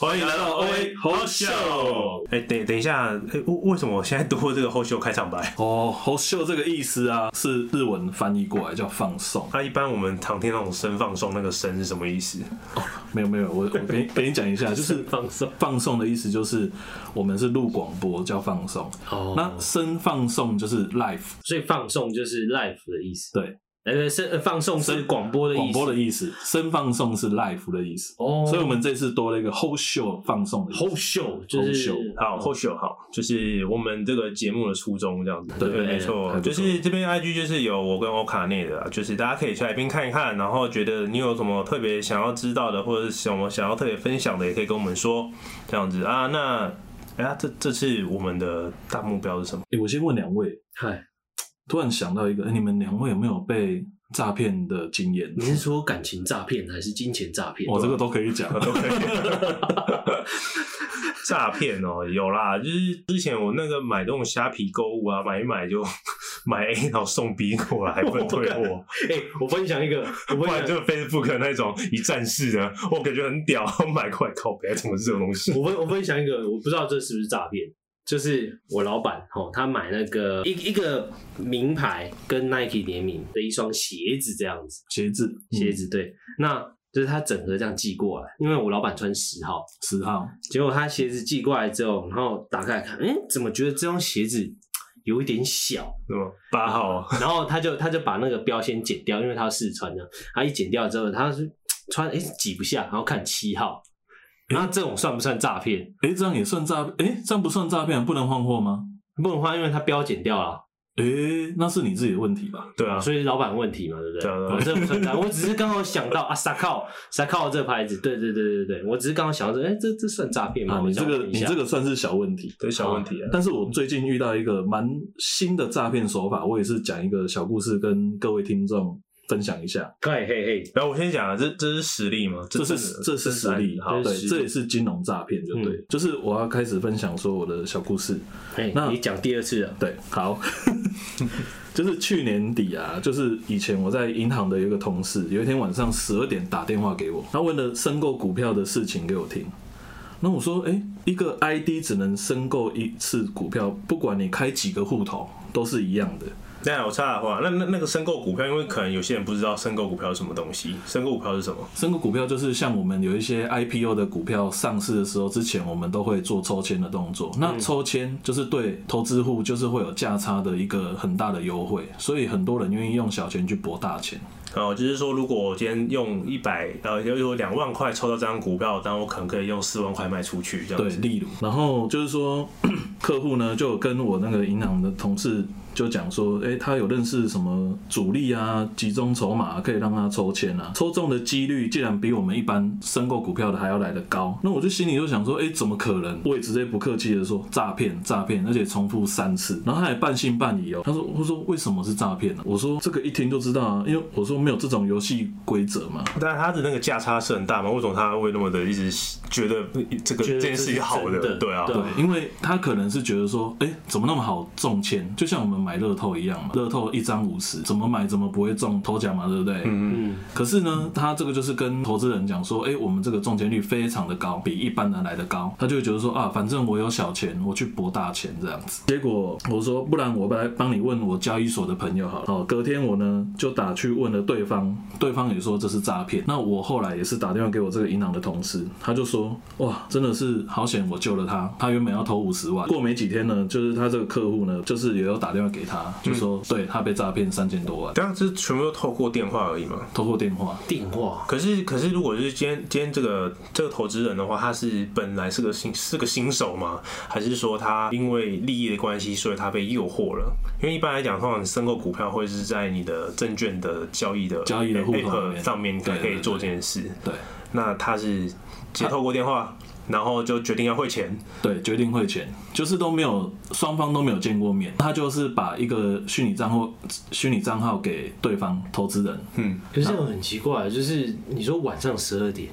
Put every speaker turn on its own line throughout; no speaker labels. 欢迎来到 OA 好秀。
哎、等等一下，哎、为为什么我现在读这个后秀开场白？
哦，好秀这个意思啊，是日文翻译过来叫放送。啊
那、一般我们常听那种声放松，那个声是什么意思？
没有没有，我 我给你给你讲一下，就是
放松
放送的意思就是我们是录广播叫放送，
哦，
那声放送就是 live
所以放送就是 live 的意思。
对，
呃，是呃放送是广播的意
广
思。
播的意思，声放送是 live 的意思。
哦，
所以我们这次多了一个 whole show 放送的意思
whole show 就是
后秀
好，后秀好，就是我们这个节目的初衷这样子。
对哎
没
还
错，
不错
就是这边 IG 就是有我跟欧卡内的啦，就是大家可以去来宾看一看，然后觉得你有什么特别想要知道的，或者是什么想要特别分享的，也可以跟我们说这样子啊。那哎呀，这这次我们的大目标是什么？
诶我先问两位，
嗨，
突然想到一个，诶你们两位有没有被诈骗的经验？哦
你是说感情诈骗还是金钱诈骗？
我这个都可以 讲，
都可以。 诈骗哦，有啦，就是之前我那个买这种虾皮购物啊，买一买就 买 A 然后送 B 过来，还不能退货，
哎、我分享一个，我
不
分
然
享，
就 Facebook 那种一站式的，我感觉很屌， 买过来靠北，怎么是这种东西？
我分我分享一个，我不知道这是不是诈骗，就是我老板哦，他买那个一一个名牌跟 Nike 联名的一双鞋子这样子，
鞋子嗯
鞋子对，那就是他整合这样寄过来，因为我老板穿十号，
十号，
结果他鞋子寄过来之后，然后打开来看，哎、怎么觉得这双鞋子有一点小？
什么八号？啊
然后他就他就把那个标先剪掉，因为他要试穿的。他一剪掉之后，他是穿哎、诶挤不下，然后看七号。然后这种算不算诈骗？
诶，这样也算诈？诶，这样不算诈骗，不能换货吗？
不能换，因为他标剪掉了，
诶，那是你自己的问题吧？
对啊，
所以老板问题嘛，对不对？
对啊对啊
我这不存在，我只是刚好想到啊，萨靠萨靠这牌子，对对对对对，我只是刚好想到这，哎，这这算诈骗吗？
啊，
我
你这
想
个
问一
你
下
这个算是小问题，
这是小问题啊。
但是我最近遇到一个蛮新的诈骗手法，我也是讲一个小故事跟各位听众分享一下。
嘿嘿嘿，
然后我先讲啊，这这是实例吗？
这
真
是
的
这是实例，
好嗯
这是
对，
实例
这也是金融诈骗，就对。就是我要开始分享说我的小故事，
嘿，
那
你讲第二次了，
对，好， 就是去年底啊，就是以前我在银行的有一个同事，有一天晚上十二点打电话给我，他问了申购股票的事情给我听。那我说，哎、一个 ID 只能申购一次股票，不管你开几个户头都是一样的。
那我插的话，那那那个申购股票，因为可能有些人不知道申购股票是什么东西，申购股票是什么？
申购股票就是像我们有一些 IPO 的股票上市的时候，之前我们都会做抽签的动作。那抽签就是对投资户就是会有价差的一个很大的优惠，所以很多人愿意用小钱去博大钱。
哦，就是说，如果我今天用一百呃，有有两万块抽到这张股票，但我可能可以用四万块卖出去，这样
对，
子。
例如，然后就是说， 客户呢就有跟我那个银行的同事就讲说，诶，他有认识什么主力啊、集中筹码啊、可以让他抽签啊，抽中的几率竟然比我们一般申购股票的还要来得高。那我就心里就想说，诶，怎么可能？我也直接不客气的说诈骗，诈骗，而且重复三次。然后他也半信半疑哦，他说，我说为什么是诈骗呢、我说这个一听就知道啊，因为我说没有这种游戏规则嘛。
但他的那个价差是很大嘛？为什么他会那么的一直觉得这个
觉
这
得
件事情好
这是真的
对啊，
对
对，因为他可能是觉得说，哎、怎么那么好中签？就像我们买乐透一样嘛，乐透一张五十，怎么买怎么不会中头奖嘛，对不对？
嗯，
可是呢，他这个就是跟投资人讲说，哎、我们这个中签率非常的高，比一般人来的高，他就会觉得说啊，反正我有小钱，我去博大钱这样子。结果我说，不然我来帮你问我交易所的朋友好了。哦，隔天我呢就打去问了对方，对方也说这是诈骗。那我后来也是打电话给我这个银行的同事，他就说，哇，真的是好险，我救了他。他原本要投五十万，过没几天呢，就是他这个客户呢，就是也有打电话给他，就说、对他被诈骗三千多万，
当然这全部都透过电话而已嘛。
透过电话。
电话
可是，可是，如果是今天今天这个这个投资人的话，他是本来是个新是个新手吗？还是说他因为利益的关系，所以他被诱惑了？因为一般来讲，通常你申购股票会是在你的证券的交易的
交易的户头
app
里面
上面，你
对对
可以
对
做这件事。
对
那他是直接透过电话，然后就决定要汇钱，
对，决定汇钱，就是都没有双方都没有见过面，他就是把一个虚拟账户虚拟账号给对方投资人，
嗯，
可是这种很奇怪，就是你说晚上十二点，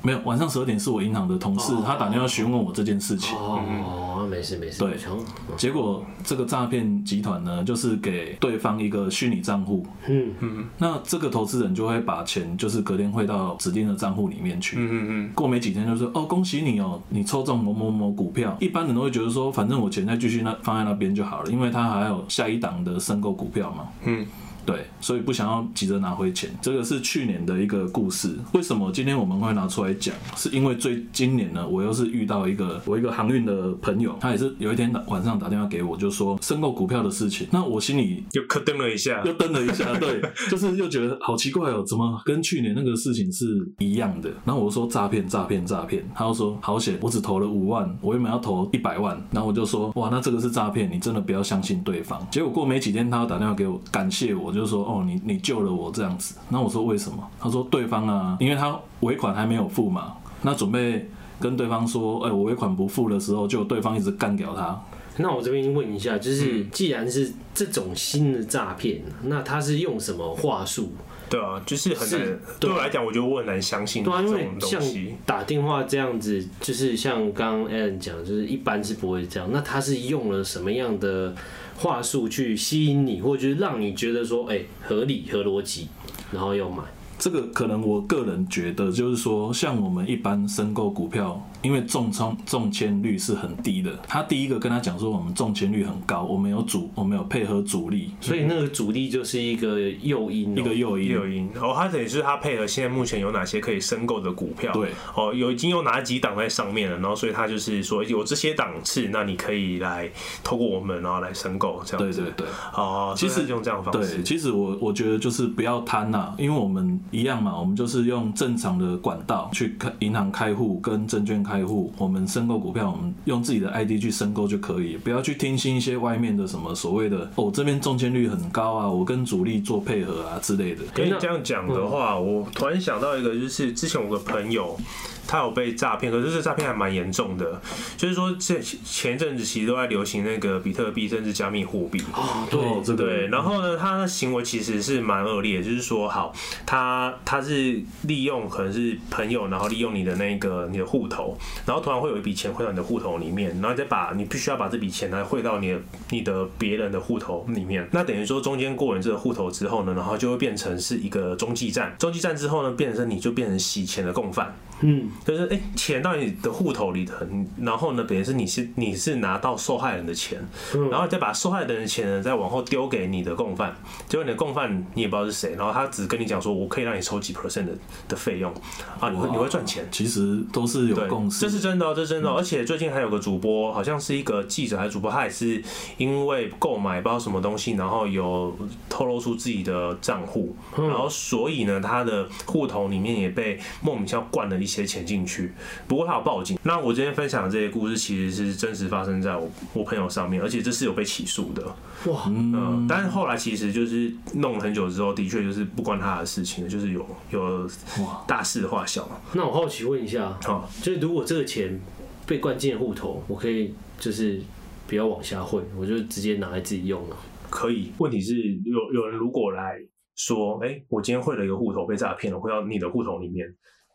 没有，晚上十二点是我银行的同事
哦，
他打电话询问我这件事情。
哦，没事没事，
对
穷，
结果这个诈骗集团呢，就是给对方一个虚拟账户，
嗯，
那这个投资人就会把钱就是隔天汇到指定的账户里面去。
嗯嗯
过没几天就说哦，恭喜你哦，你抽中某某某股票。一般人都会觉得说，反正我钱再继续那放在那边就好了，因为它还有下一档的申购股票嘛。
嗯，
对，所以不想要急着拿回钱。这个是去年的一个故事。为什么今天我们会拿出来讲？是因为最今年呢，我又是遇到一个我一个航运的朋友，他也是有一天打晚上打电话给我，就说申购股票的事情。那我心里
又咯噔了一下
又，蹬了一下，对，就是又觉得好奇怪哦，怎么跟去年那个事情是一样的？然后我就说诈骗，诈骗，诈骗，他就说好险，我只投了五万，我原本要投一百万，然后我就说哇，那这个是诈骗，你真的不要相信对方。结果过没几天，他又打电话给我，感谢我，就说哦，你你救了我这样子。然后我说为什么？他说对方啊，因为他尾款还没有付嘛，那准备。跟对方说，哎、我尾款不付的时候，就对方一直干掉他，
那我这边问一下，就是既然是这种新的诈骗，那他是用什么话术？
对啊，就是很
是
难。
对
对我来讲，我觉得我很难相信
对啊，
嗯这
因为
种
像
东西。
打电话这样子，就是像刚刚 Alan 讲，就是一般是不会这样。那他是用了什么样的话术去吸引你，或者就是让你觉得说，哎、合理合逻辑，然后要买？
这个可能我个人觉得，就是说，像我们一般申购股票，因为中冲中签率是很低的。他第一个跟他讲说，我们中签率很高，我们有主，我们有配合主力
所以那个主力就是一个诱因、哦
一个诱因。
有赢，然后它哦等于是它配合现在目前有哪些可以申购的股票，
对，
哦，有已经有哪几档在上面了，然后所以它就是说有这些档次，那你可以来透过我们然后来申购这样
对
子，
对对
哦，
其实
所以它是用这样的方
对，
式，
其实我我觉得就是不要贪呐、因为我们一样嘛，我们就是用正常的管道去开银行开户跟证券开户，我们申购股票，我们用自己的 ID 去申购就可以，不要去听信一些外面的什么所谓的哦，这边中签率很高啊，我跟主力做配合啊之类的。
跟你这样讲的
嗯
话，我突然想到一个，就是之前我有个朋友，他有被诈骗，可是这诈骗还蛮严重的。就是说，这前阵子其实都在流行那个比特币，甚至加密货币。
哦，
哦，
对，
这个
对，然后呢，他的行为其实是蛮恶劣的，就是说，好，他他是利用可能是朋友，然后利用你的那个你的户头，然后突然会有一笔钱汇到你的户头里面，然后再把你必须要把这笔钱来汇到你的你的别人的户头里面。那等于说中间过人这个户头之后呢，然后就会变成是一个中继站，中继站之后呢，变成你就变成洗钱的共犯。
嗯，
就是哎、诶钱到你的户头里的，你然后呢，等于是你是你是拿到受害人的钱，
嗯
然后再把受害人的钱呢再往后丢给你的共犯，结果你的共犯你也不知道是谁，然后他只跟你讲说，我可以让你抽几 percent 的的费用啊，你会你会赚钱。
其实都是有
对，
共识，嗯
这是真的、哦，这是真的哦、而且最近还有个主播，好像是一个记者还是主播，他也是因为购买不知道什么东西，然后有透露出自己的账户，
嗯
然后所以呢，他的户头里面也被莫名其妙灌了一些钱进去。不过他有报警。那我今天分享的这些故事，其实是真实发生在我我朋友上面，而且这是有被起诉的。
哇，
嗯，但是后来其实就是弄了很久之后，的确就是不关他的事情了，就是有有
哇
大事化小。
那我好奇问一下，
好、
就是如果这个钱被灌进户头，我可以就是不要往下汇，我就直接拿来自己用了。
可以。问题是有有人如果来说，哎、我今天汇了一个户头被诈骗了，汇到你的户头里面，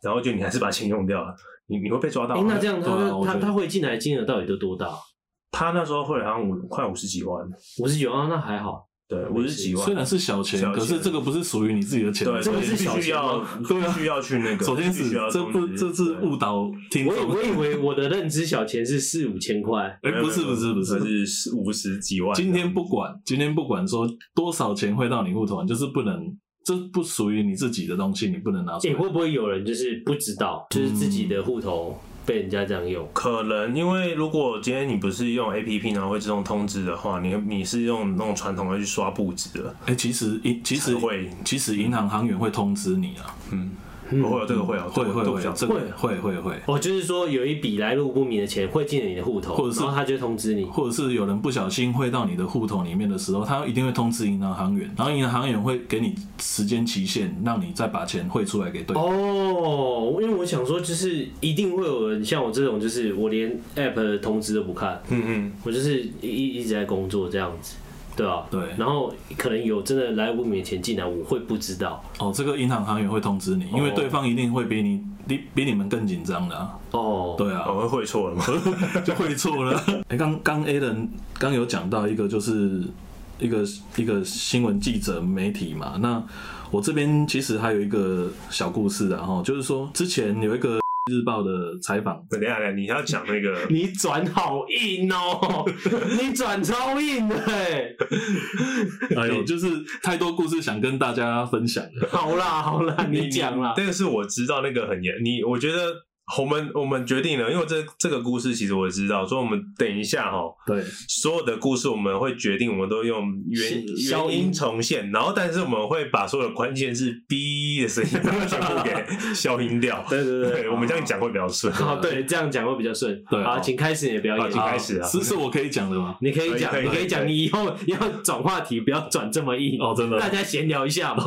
然后就你还是把钱用掉了， 你你会被抓到
哎、
啊。
那这样他、
对啊我觉
他
得
他汇进来的金额到底都多大？
他那时候汇了好像五快五十几万，
五十九啊，那还好。
对，五十几万。
虽然是小钱，
小钱
可是这个不是属于你自己的钱。
对，
这
所
个
以
这个是小
必须
钱
要
吗
对啊
必须要去那个，
首先
必
是
须要
这不
通知
这是误导听
我以
众，
我以为我的认知小钱是四五千块，
哎，不是不是不是，
是是五十几万。
今天不管今天不管说多少钱汇到你户头，你就是不能，这不属于你自己的东西，你不能拿出
哎、
来。
会不会有人就是不知道，就是自己
嗯
的户头被人家这样用？
可能因为如果今天你不是用 A P P，然后会自动通知的话，你你是用那种传统的去刷簿子的，
哎，其实银其实
才会
其实银行行员会通知你啊，
嗯
会有哦这个会有
会会会，这个
会
会会会，
哦，就是说有一笔来路不明的钱汇进了你的户头，
或者是
然后他就通知你。
或者是有人不小心汇到你的户头里面的时候，他一定会通知银行行员，然后银行行员会给你时间期限，让你再把钱汇出来给对方。
哦，因为我想说，就是一定会有人像我这种，就是我连 app 的通知都不看，
嗯嗯，
我就是一一一直在工作这样子。对吧、
对
然后可能有真的来我面前进来，我会不知道
哦，这个银行行员会通知你，因为
哦
对方一定会比你比比你们更紧张的、啊。
哦。
对啊，
我会会错了吗？
就会错了。哎，刚刚 A 人刚有讲到一个，就是一个一个新闻记者媒体嘛。那我这边其实还有一个小故事啊，哈，就是说之前有一个日报的采访，
等一下，等一下啊你要讲那个
你转好硬哦， 你转超硬的欸，
哎呦，就是太多故事想跟大家分享了。
好啦好啦， 你讲啦。
但是我知道那个很严，你我觉得我们我们决定了，因为这这个故事其实我知道，所以我们等一下哈，
对，
所有的故事我们会决定，我们都用原
消
原音重现，然后但是我们会把所有的关键是 B 的声音 把它全部给消音掉。
对对对，
对，我们这样讲会比较 顺。
好，对，这样讲会比较顺。
对
好，
好
请开始你的表
好
演
请。开始啊
是是我可以讲的吗？
你可以
可
讲，
以
你
可以
可以
可
讲，
以
你以后要转话题，不要转这么硬。
哦，真的
大。家闲聊一下嘛，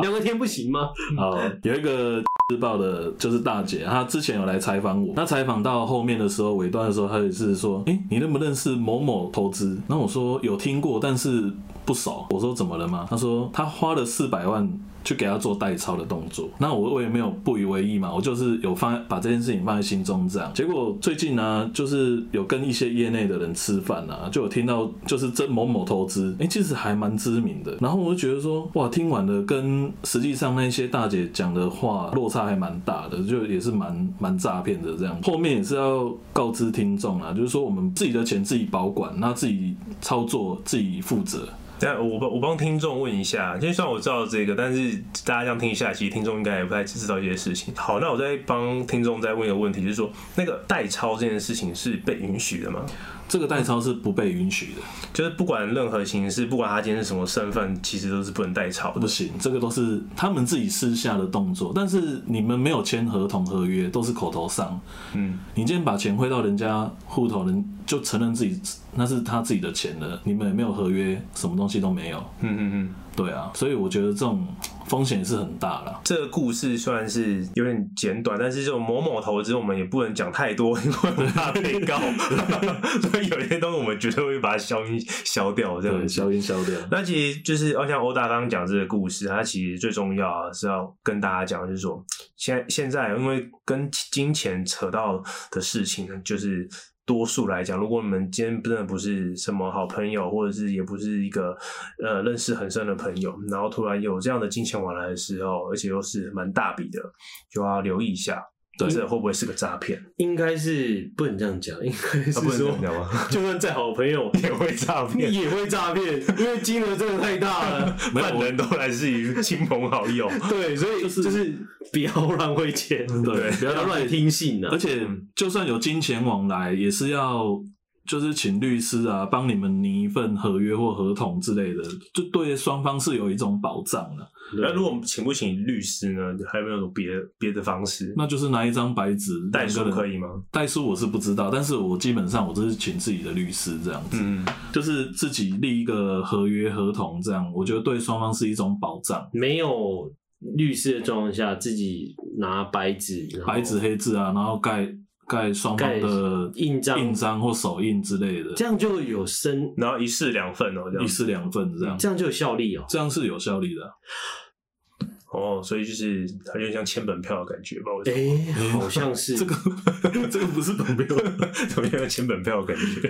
聊个天不行吗？
好，有一个日报的，就是大姐，她之前有来采访我。那采访到后面的时候，尾端的时候，她也是说：“哎、你认不认识某某投资？”那我说有听过，但是不熟。我说怎么了吗？她说她花了四百万去给他做代抄的动作。那我我也没有不以为意嘛，我就是有放把这件事情放在心中这样。结果最近呢、就是有跟一些业内的人吃饭啊，就有听到就是这某某投资，哎、其实还蛮知名的。然后我就觉得说，哇，听完了跟实际上那些大姐讲的话落差还蛮大的，就也是蛮蛮诈骗的这样。后面也是要告知听众啊，就是说我们自己的钱自己保管，那自己操作自己负责。
但我帮我帮听众问一下，就算我知道这个，但是大家这样听一下，其实听众应该也不太知道一些事情。好，那我再帮听众再问一个问题，就是说那个代抄这件事情是被允许的吗？
这个代抄是不被允许的，
就是不管任何形式，不管他今天是什么身份，其实都是不能代抄的
不。行，这个都是他们自己私下的动作，但是你们没有签合同合约，都是口头上。
嗯，
你今天把钱汇到人家户头，人就承认自己那是他自己的钱了，你们也没有合约，什么东西都没有。
嗯嗯嗯。
对啊，所以我觉得这种风险也是很大啦。
这个故事虽然是有点简短，但是这种某某投资我们也不能讲太多，因为我们怕被告。所以有些东西我们绝对会把它消音消掉，这样子。
音消掉。
那其实就是，要像欧大刚刚讲这个故事，它其实最重要啊是要跟大家讲，就是说，现在现在因为跟金钱扯到的事情，就是多数来讲，如果你们今天真的不是什么好朋友，或者是也不是一个呃认识很深的朋友，然后突然有这样的金钱往来的时候，而且又是蛮大笔的，就要留意一下，
对
这会不会是个诈骗？
应该是不能这样讲，应该是
啊不能这
说
样，讲吗？
就算再好 朋友
也会诈骗，
也会诈骗，因为金额真的太大了。
没有
犯人都来自于亲朋好友。
对，所以就是不要乱汇钱，
嗯对，
不
不要
要
浪
乱
费。
听信啊
而。且就算有金钱往来，也是要就是请律师啊，帮你们拟一份合约或合同之类的，就对双方是有一种保障的。
那如果请不请律师呢？还有没有别的别的方式？
那就是拿一张白纸，
代
两
书
个人
可以吗？
代书我是不知道，但是我基本上我都是请自己的律师这样子，
嗯，
就是自己立一个合约合同这样，我觉得对双方是一种保障，
没有律师的状况下，自己拿白纸，然后
白纸黑字啊，然后盖盖双方的
哦盖印章
印章或手印之类的，
这样就有生，
嗯
然后一式两份哦，这
一
样
式两份这样，
这样就有效力哦。
这样是有效力的啊。
哦，所以就是它有点像签本票的感觉吧？我觉得
哎，好像是
嗯这个这个不 是本标，
怎么样签本票的感觉？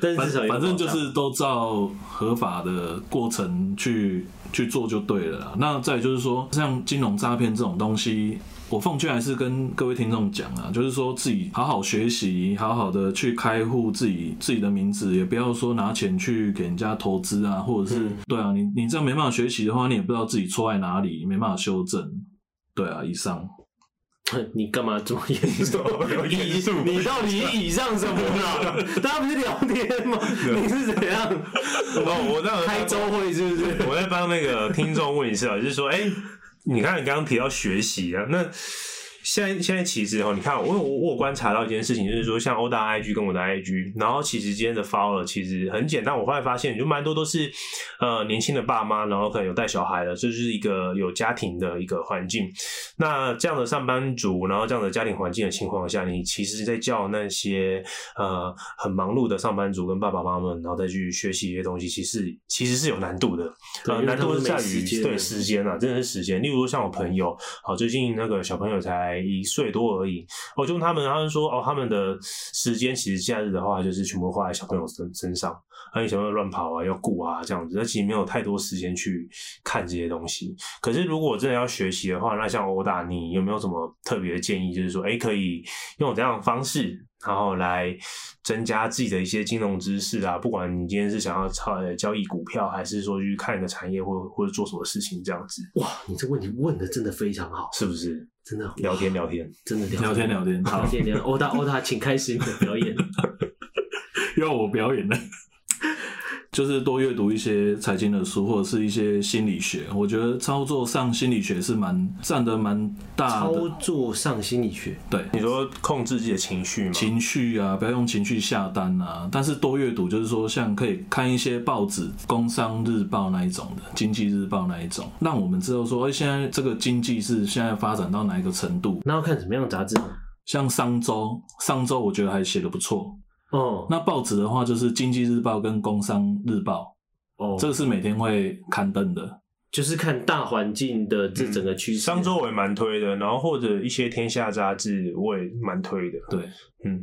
对，
但是
反
至少有
反正
保障
就是都照合法的过程去去做就对了啦。那再就是说，像金融诈骗这种东西，我奉劝还是跟各位听众讲啊，就是说自己好好学习，好好的去开户自己自己的名字，也不要说拿钱去给人家投资啊，或者是、
嗯
对啊，你你这样没办法学习的话，你也不知道自己错在哪里，没办法修正。对啊，以上。
你干嘛这么严 肃
有？严肃
以你到底以上什么 啦？大家不是聊天吗？你是怎样？
哦， 我那
开周会是不是？
我在帮那个听众问一下，就是说，哎、你看你刚刚提到学习啊，那现在现在其实哦，你看，我有我我有观察到一件事情，就是说像欧大 IG 跟我的 IG，然后其实今天的 follow 其实很简单，我后来发现就蛮多都是呃年轻的爸妈，然后可能有带小孩的，这就是一个有家庭的一个环境。那这样的上班族，然后这样的家庭环境的情况下，你其实在叫那些呃很忙碌的上班族跟爸爸妈妈们，然后再去学习一些东西，其实其实是有难度的。
对
呃，
因为
难
他
度
们
是在
没时间
于对时间啊，真的是时间。例如说像我朋友，好、最近那个小朋友才一岁多而已，我、就问他们，他们说哦，他们的时间其实假日的话，就是全部花在小朋友身身上，而且小朋友乱跑啊，要顾啊这样子，那其实没有太多时间去看这些东西。可是如果真的要学习的话，那像欧大，你有没有什么特别的建议？就是说，哎、可以用这样的方式，然后来增加自己的一些金融知识啊。不管你今天是想要操呃交易股票，还是说去看一个产业，或或者做什么事情，这样子
哇， 你这问题问的真的非常好，
是不是？
真的
聊天聊天，
真的
聊天聊天，好
聊，天聊天。欧哦大欧大，请开始你的表 演。
要我表演了。就是多阅读一些财经的书，或者是一些心理学。我觉得操作上心理学是蛮占的蛮大
操
的，
作上心理学，
对
你说控制自己的情绪吗？
情绪啊，不要用情绪下单啊。但是多阅读就是说，像可以看一些报纸，《工商日报》那一种的，《经济日报》那一种，让我们知道说，哎、现在这个经济是现在发展到哪一个程度。
那要看什么样的杂志？
像商周，商周我觉得还写的不错。
哦
那报纸的话，就是《经济日报》跟《工商日报》，
哦，
这个是每天会刊登的。
就是看大环境的这整个趋势。
商周我也蛮推的，然后或者一些天下杂志我也蛮推的。
对，
嗯，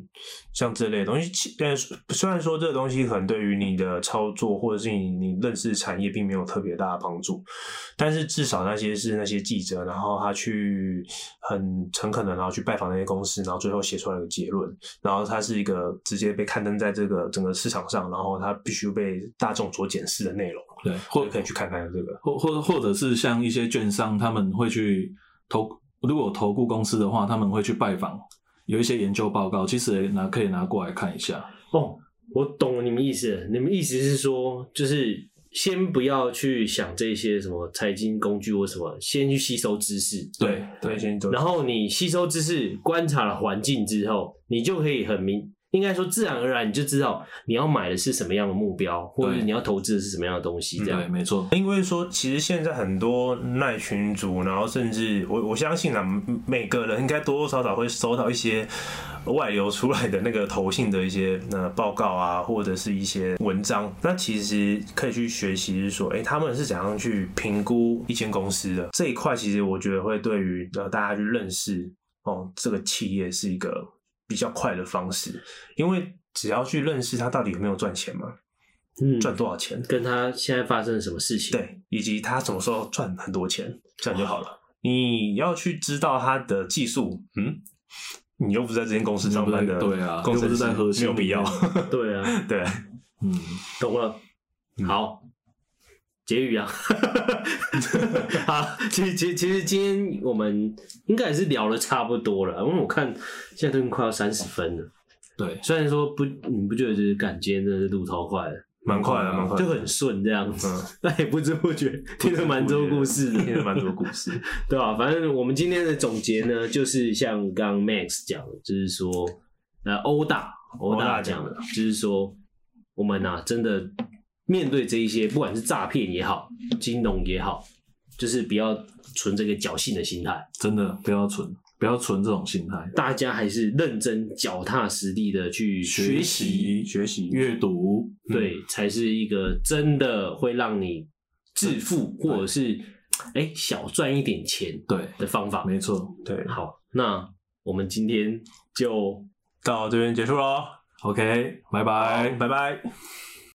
像这类的东西，其呃，虽然说这个东西可能对于你的操作或者是你你认识产业并没有特别大的帮助，但是至少那些是那些记者，然后他去很诚恳的，然后去拜访那些公司，然后最后写出来一个结论，然后它是一个直接被刊登在这个整个市场上，然后它必须被大众所检视的内容，
对，
或
或
者可以去看看这个。
或或或者是像一些券商，他们会去投，如果有投顾公司的话，他们会去拜访，有一些研究报告，其实也拿可以拿过来看一下。
哦，我懂你们意思了。你们意思是说，就是先不要去想这些什么财经工具或什么，先去吸收知识。
对
对，
对
先走。
然后你吸收知识、观察了环境之后，你就可以很明，应该说自然而然你就知道你要买的是什么样的目标，或者
对
你要投资的是什么样的东西。这样
对，，没错，
因为说，其实现在很多耐群族，然后甚至我我相信啊，嗯每个人应该多多少少会收到一些外流出来的那个投信的一些呃报告啊，或者是一些文章。那其实可以去学习，是说，哎、他们是怎样去评估一间公司的这一块，其实我觉得会对于呃大家去认识哦这个企业是一个比较快的方式，因为只要去认识它到底有没有赚钱嘛，
嗯，
赚多少钱。
跟他现在发生了什么事情？，
对，以及他什么时候赚很多钱，这样就好了。你要去知道他的技术，嗯，你又不是在这间公司上班的，
又不在对啊
工程
又不是在
师
核心
没有必要
里。
对啊，
对，
嗯，
懂了。好，结语啊。 好，其实其实其实今天我们应该也是聊的差不多了，因为我看现在都已经快要三十分了。
对，
虽然说不，你不觉得就是感觉真的是路超快了，
蛮快的，蛮快
就
的。
很顺这样子
嗯，
但也不知不觉听了蛮多故事的，
听了蛮多故事。
对吧、反正我们今天的总结呢，就是像刚刚 Max 讲的，就是说，呃，欧大欧大讲的，就是说，我们啊，真的面对这一些，不管是诈骗也好，金融也好，就是不要存这个侥幸的心态，
真的不要存，不要存这种心态，
大家还是认真、脚踏实地的去学习，
学习、阅读，
对，才是一个真的会让你致富，或者是哎、小赚一点钱
对，
的方法。
没错。
对，
好，那我们今天就
到这边结束喽，
OK，拜
好
拜。
拜拜。